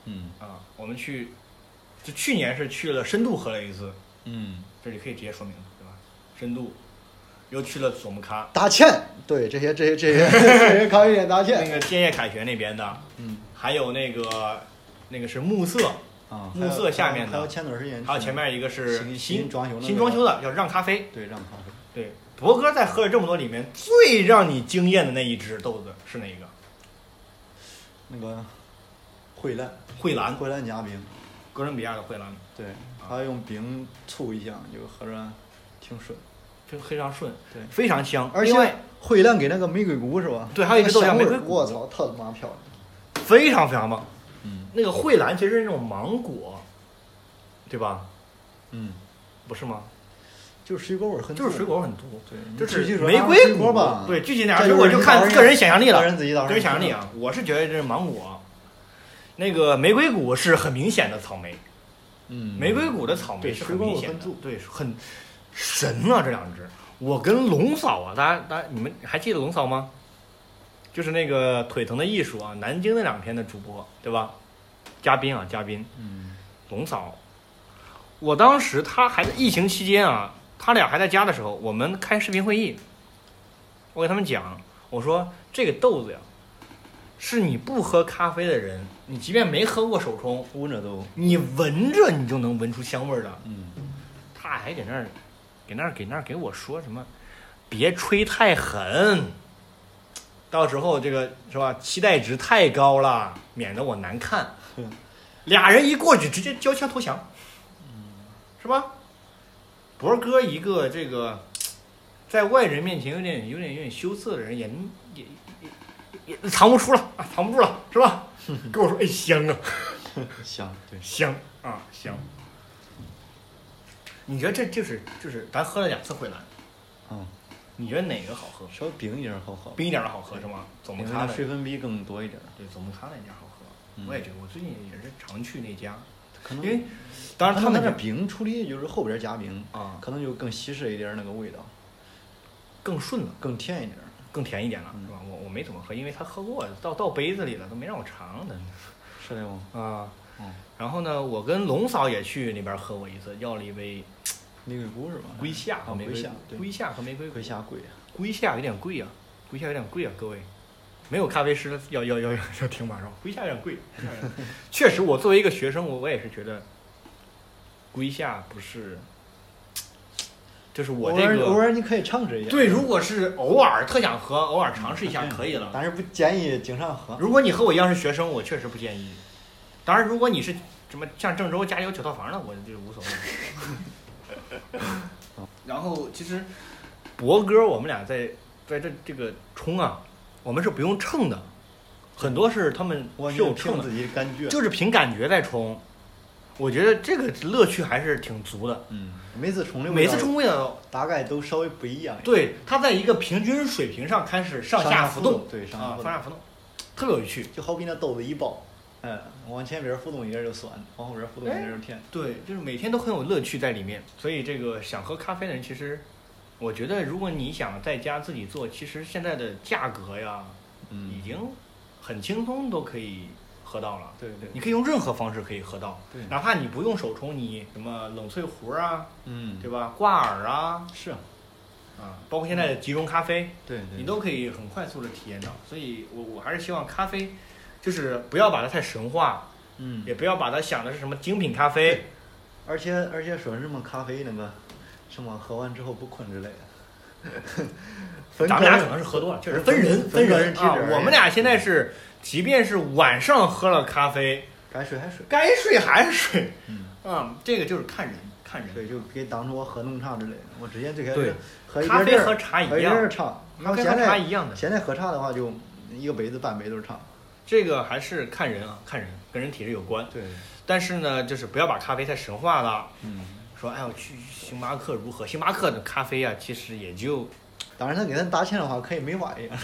S2: 嗯
S1: 啊、我们去，就去年是去了深度喝了一次，
S2: 嗯，
S1: 这里可以直接说明对吧？深度，又去了索木咖，
S2: 打欠，对这些这些这 些这些咖啡店打
S1: 那
S2: 欠，
S1: 个建业凯旋那边的，
S2: 嗯
S1: 还有那个那个是暮色，
S2: 啊，
S1: 暮色
S2: 还有
S1: 下面的
S2: 还有前段时间去的，
S1: 还有前面一个是
S2: 新
S1: 新
S2: 新装修的
S1: 新
S2: 那
S1: 装
S2: 个
S1: 修的叫让咖啡。
S2: 对让咖啡，
S1: 对，博哥在喝了这么多里面，最让你惊艳的那一支豆子是哪一个？
S2: 那个惠兰
S1: 惠兰，
S2: 惠兰加冰，
S1: 哥伦比亚的惠兰，
S2: 对，它用冰醋一下就喝着挺顺，
S1: 就非常顺，
S2: 对
S1: 非常香。
S2: 而
S1: 另
S2: 且
S1: 外
S2: 惠兰给那个玫瑰谷是吧？
S1: 对还有一个豆
S2: 香
S1: 芽玫
S2: 味
S1: 瑰
S2: 儿
S1: 谷
S2: 我操，特他妈漂亮，
S1: 非常非常棒。
S2: 嗯
S1: 那个惠兰其实是那种芒果，对吧？
S2: 嗯，
S1: 不是吗？
S2: 就是水果味儿很，
S1: 就是水，果很多，
S2: 对，
S1: 就
S2: 你具体
S1: 是
S2: 说
S1: 玫
S2: 拿
S1: 瑰
S2: 水果吧，
S1: 对，具体哪
S2: 这
S1: 支
S2: 就是
S1: 我就看个人想象力了
S2: 个。人自己到时候
S1: 个人想象力啊，我是觉得这是芒果。那个玫瑰谷是很明显的草莓，
S2: 嗯，
S1: 玫瑰谷的草莓
S2: 对
S1: 是
S2: 水
S1: 很
S2: 果
S1: 明
S2: 我
S1: 显
S2: 分
S1: 的
S2: 住，
S1: 对，很神啊这两只。我跟龙嫂啊，大家大家你们还记得龙嫂吗？就是那个腿疼的艺术啊，南京那两天的主播对吧？嘉宾啊，嘉宾
S2: 嗯，
S1: 龙嫂，我当时他还在疫情期间啊，他俩还在家的时候，我们开视频会议，我给他们讲，我说这个豆子呀，是你不喝咖啡的人，你即便没喝过手冲，
S2: 闻着都，
S1: 你闻着你就能闻出香味儿的。
S2: 嗯，
S1: 他还给那儿，给那儿，给那儿给我说什么，别吹太狠，到时候这个是吧，期待值太高了，免得我难看
S2: 哼。
S1: 俩人一过去，直接交枪投降，是吧？博哥一个这个，在外人面前有点有点有点羞涩的人，也也也也藏不出了啊，藏不住了，是吧？跟我说，哎，香啊！
S2: 香，对，
S1: 香啊香。你觉得这就是就是咱喝了两次回来，
S2: 嗯，
S1: 你觉得哪个好喝？
S2: 稍微冰一点儿好喝，
S1: 冰一点的好喝是吗？总木
S2: 因为
S1: 咖
S2: 它
S1: 的
S2: 水分比更多一点儿，
S1: 对，总木咖那家好喝。
S2: 嗯
S1: 我也觉得，我最近也是常去那家，
S2: 可能
S1: 因为当然他
S2: 他
S1: 们
S2: 那
S1: 那
S2: 个冰处理就是后边儿加冰，
S1: 啊
S2: 可能就更稀释一点儿那个味道，
S1: 更顺了，
S2: 更甜一点儿，
S1: 更甜一点了，
S2: 嗯
S1: 是吧？我我没怎么喝，因为他喝过了，到到杯子里了，都没让我尝
S2: 嗯
S1: 的
S2: 是的吗？
S1: 啊。
S2: 嗯，
S1: 然后呢，我跟龙嫂也去那边喝过一次，要了一杯
S2: 玫瑰菇是吧？
S1: 龟夏
S2: 啊
S1: 和玫
S2: 龟
S1: 瑰
S2: 夏，对，
S1: 龟夏和玫瑰
S2: 龟夏贵啊。
S1: 龟夏有点贵啊，龟夏有点贵啊，各位，没有咖啡师要要要要要听马上，龟夏有点贵。 龟夏有点贵确实，我作为一个学生，我我也是觉得，龟夏不是，就是我
S2: 偶
S1: 这
S2: 尔偶
S1: 个
S2: 尔你可以畅制一下，
S1: 对，如果是偶尔特想喝，偶尔尝试一下
S2: 嗯
S1: 可以了。
S2: 但是不建议经常喝。
S1: 如果你和我一样是学生，我确实不建议。当然，如果你是什么像郑州家里有九套房的，我就无所谓。 然后其实博哥，我们俩在在这这个冲啊，我们是不用秤的，很多是他们
S2: 我
S1: 是有秤
S2: 凭
S1: 的，
S2: 自己感觉，
S1: 就是凭感觉在冲。我觉得这个乐趣还是挺足的，
S2: 嗯，每次冲的味
S1: 每
S2: 道
S1: 次冲味道，
S2: 大概都稍微不一样，
S1: 对它在一个平均水平上开始上下浮动，
S2: 对，上
S1: 啊
S2: 下，浮
S1: 上
S2: 动，
S1: 下浮动，特别有趣。
S2: 就好比那豆子一包，嗯，往前边浮动一根就酸，往后边浮动一根就甜。
S1: 对，就是每天都很有乐趣在里面。所以这个想喝咖啡的人，其实我觉得，如果你想在家自己做，其实现在的价格呀，已
S2: 嗯，
S1: 经很轻松都可以喝到了。
S2: 对对，
S1: 嗯你可以用任何方式可以喝到，
S2: 对
S1: 哪怕你不用手冲，你什么冷萃壶啊，
S2: 嗯，
S1: 对吧？挂耳啊，
S2: 是啊，
S1: 啊，包括现在的即溶咖啡，
S2: 对嗯对，
S1: 你都可以很快速的体验到。所以我我还是希望咖啡，就是不要把它太神化，
S2: 嗯，
S1: 也不要把它想的是什么精品咖啡。
S2: 而且而且说什么咖啡那个什么喝完之后不困之类的，分
S1: 咱们俩
S2: 个
S1: 可能是喝多了，确实
S2: 分
S1: 人
S2: 分个
S1: 人
S2: 人体质
S1: 啊
S2: 而。言
S1: 我们俩现在是，即便是晚上喝了咖啡，
S2: 该睡还睡，
S1: 该睡还是睡。
S2: 嗯。
S1: 嗯，这个就是看人，看人。
S2: 对，就给当成我喝浓茶之类的。我之前最开
S1: 对
S2: 始喝一
S1: 咖
S2: 点
S1: 啡
S2: 点
S1: 和
S2: 儿，
S1: 茶一
S2: 喝一点
S1: 样
S2: 儿，茶，然
S1: 咖
S2: 后
S1: 啡
S2: 现
S1: 和茶
S2: 在
S1: 一样的，
S2: 现在喝茶的话，就一个杯子半杯都是茶。
S1: 这个还是看人啊，看人跟人体质有关。
S2: 对，
S1: 但是呢，就是不要把咖啡太神化了。
S2: 嗯，
S1: 说，哎呦，去星巴克如何？星巴克的咖啡啊，其实也就
S2: 当然他给咱打钱的话，可以每晚一样。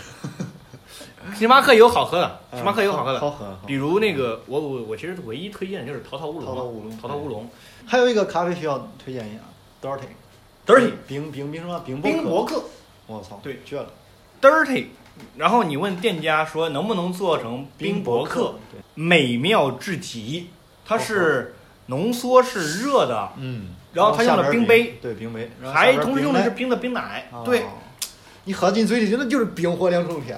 S1: 星巴克有好喝的，星巴克嗯有好
S2: 好
S1: 喝
S2: 好
S1: 的，
S2: 喝。好
S1: 比如那个我我我其实唯一推荐的就是淘淘乌龙啊，
S2: 淘淘乌龙
S1: 淘淘乌龙
S2: 还有一个咖啡需要推荐一下，Dirty。
S1: ，dirty
S2: 冰冰冰什么冰
S1: 冰
S2: 博
S1: 博
S2: 客，
S1: 客。
S2: 我操，
S1: 对
S2: 绝了！
S1: dirty，然后你问店家说能不能做成冰
S2: 博
S1: 博客，，哦
S2: 对，
S1: 美妙至极。它是浓缩是热的，
S2: 嗯，
S1: 然后他用了
S2: 下
S1: 冰
S2: 边冰
S1: 杯，
S2: 对冰杯，然后下
S1: 还
S2: 边
S1: 同时
S2: 冰
S1: 用的
S2: 奶
S1: 是冰的冰奶，
S2: 哦
S1: 对，
S2: 你喝进嘴里真的就是冰火两重天，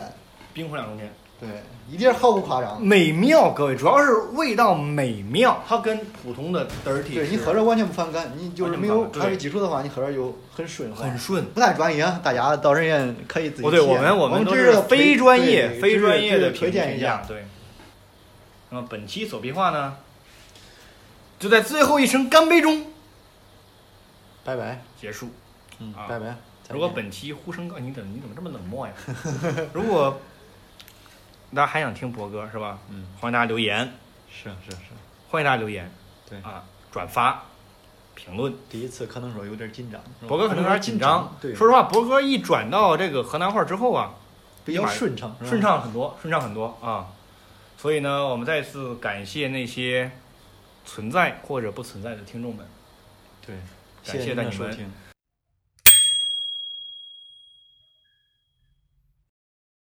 S1: 冰火两重天，
S2: 对，一点儿毫不夸张。
S1: 美妙，各位，主要是味道美妙，它跟普通的 dirty
S2: 对你
S1: 是
S2: 喝着完全不反感，你就是没有
S1: 完全不反感对
S2: 咖啡基础的话，你喝着就很顺滑，
S1: 很顺。
S2: 不太专业啊。大家到时间可以自己
S1: 哦，对，
S2: 体验
S1: 我们我们都
S2: 只是
S1: 是非专业
S2: 对
S1: 非专业的
S2: 只是推荐
S1: 一
S2: 一
S1: 下，，对。那么本期手壁画呢，就在最后一声干杯中
S2: 拜拜，
S1: 结束。
S2: 嗯
S1: 啊，
S2: 拜拜。再
S1: 如果
S2: 见
S1: 本期呼声高，你怎么你怎么这么冷漠 呀？如果大家还想听博哥是吧？
S2: 嗯
S1: 欢迎大家留言，
S2: 是是是，
S1: 欢迎大家留言
S2: 对，
S1: 啊，转发、评论。
S2: 第一次可能说有点紧张，是吧
S1: 博哥可能有点紧张，
S2: 对，
S1: 说实话，博哥一转到这个河南话之后啊，
S2: 比较顺畅，是吧
S1: 顺。畅很多，顺畅很多啊。所以呢，我们再次感谢那些存在或者不存在的听众们，
S2: 对，
S1: 感谢
S2: 谢您
S1: 大家
S2: 的收
S1: 们
S2: 听，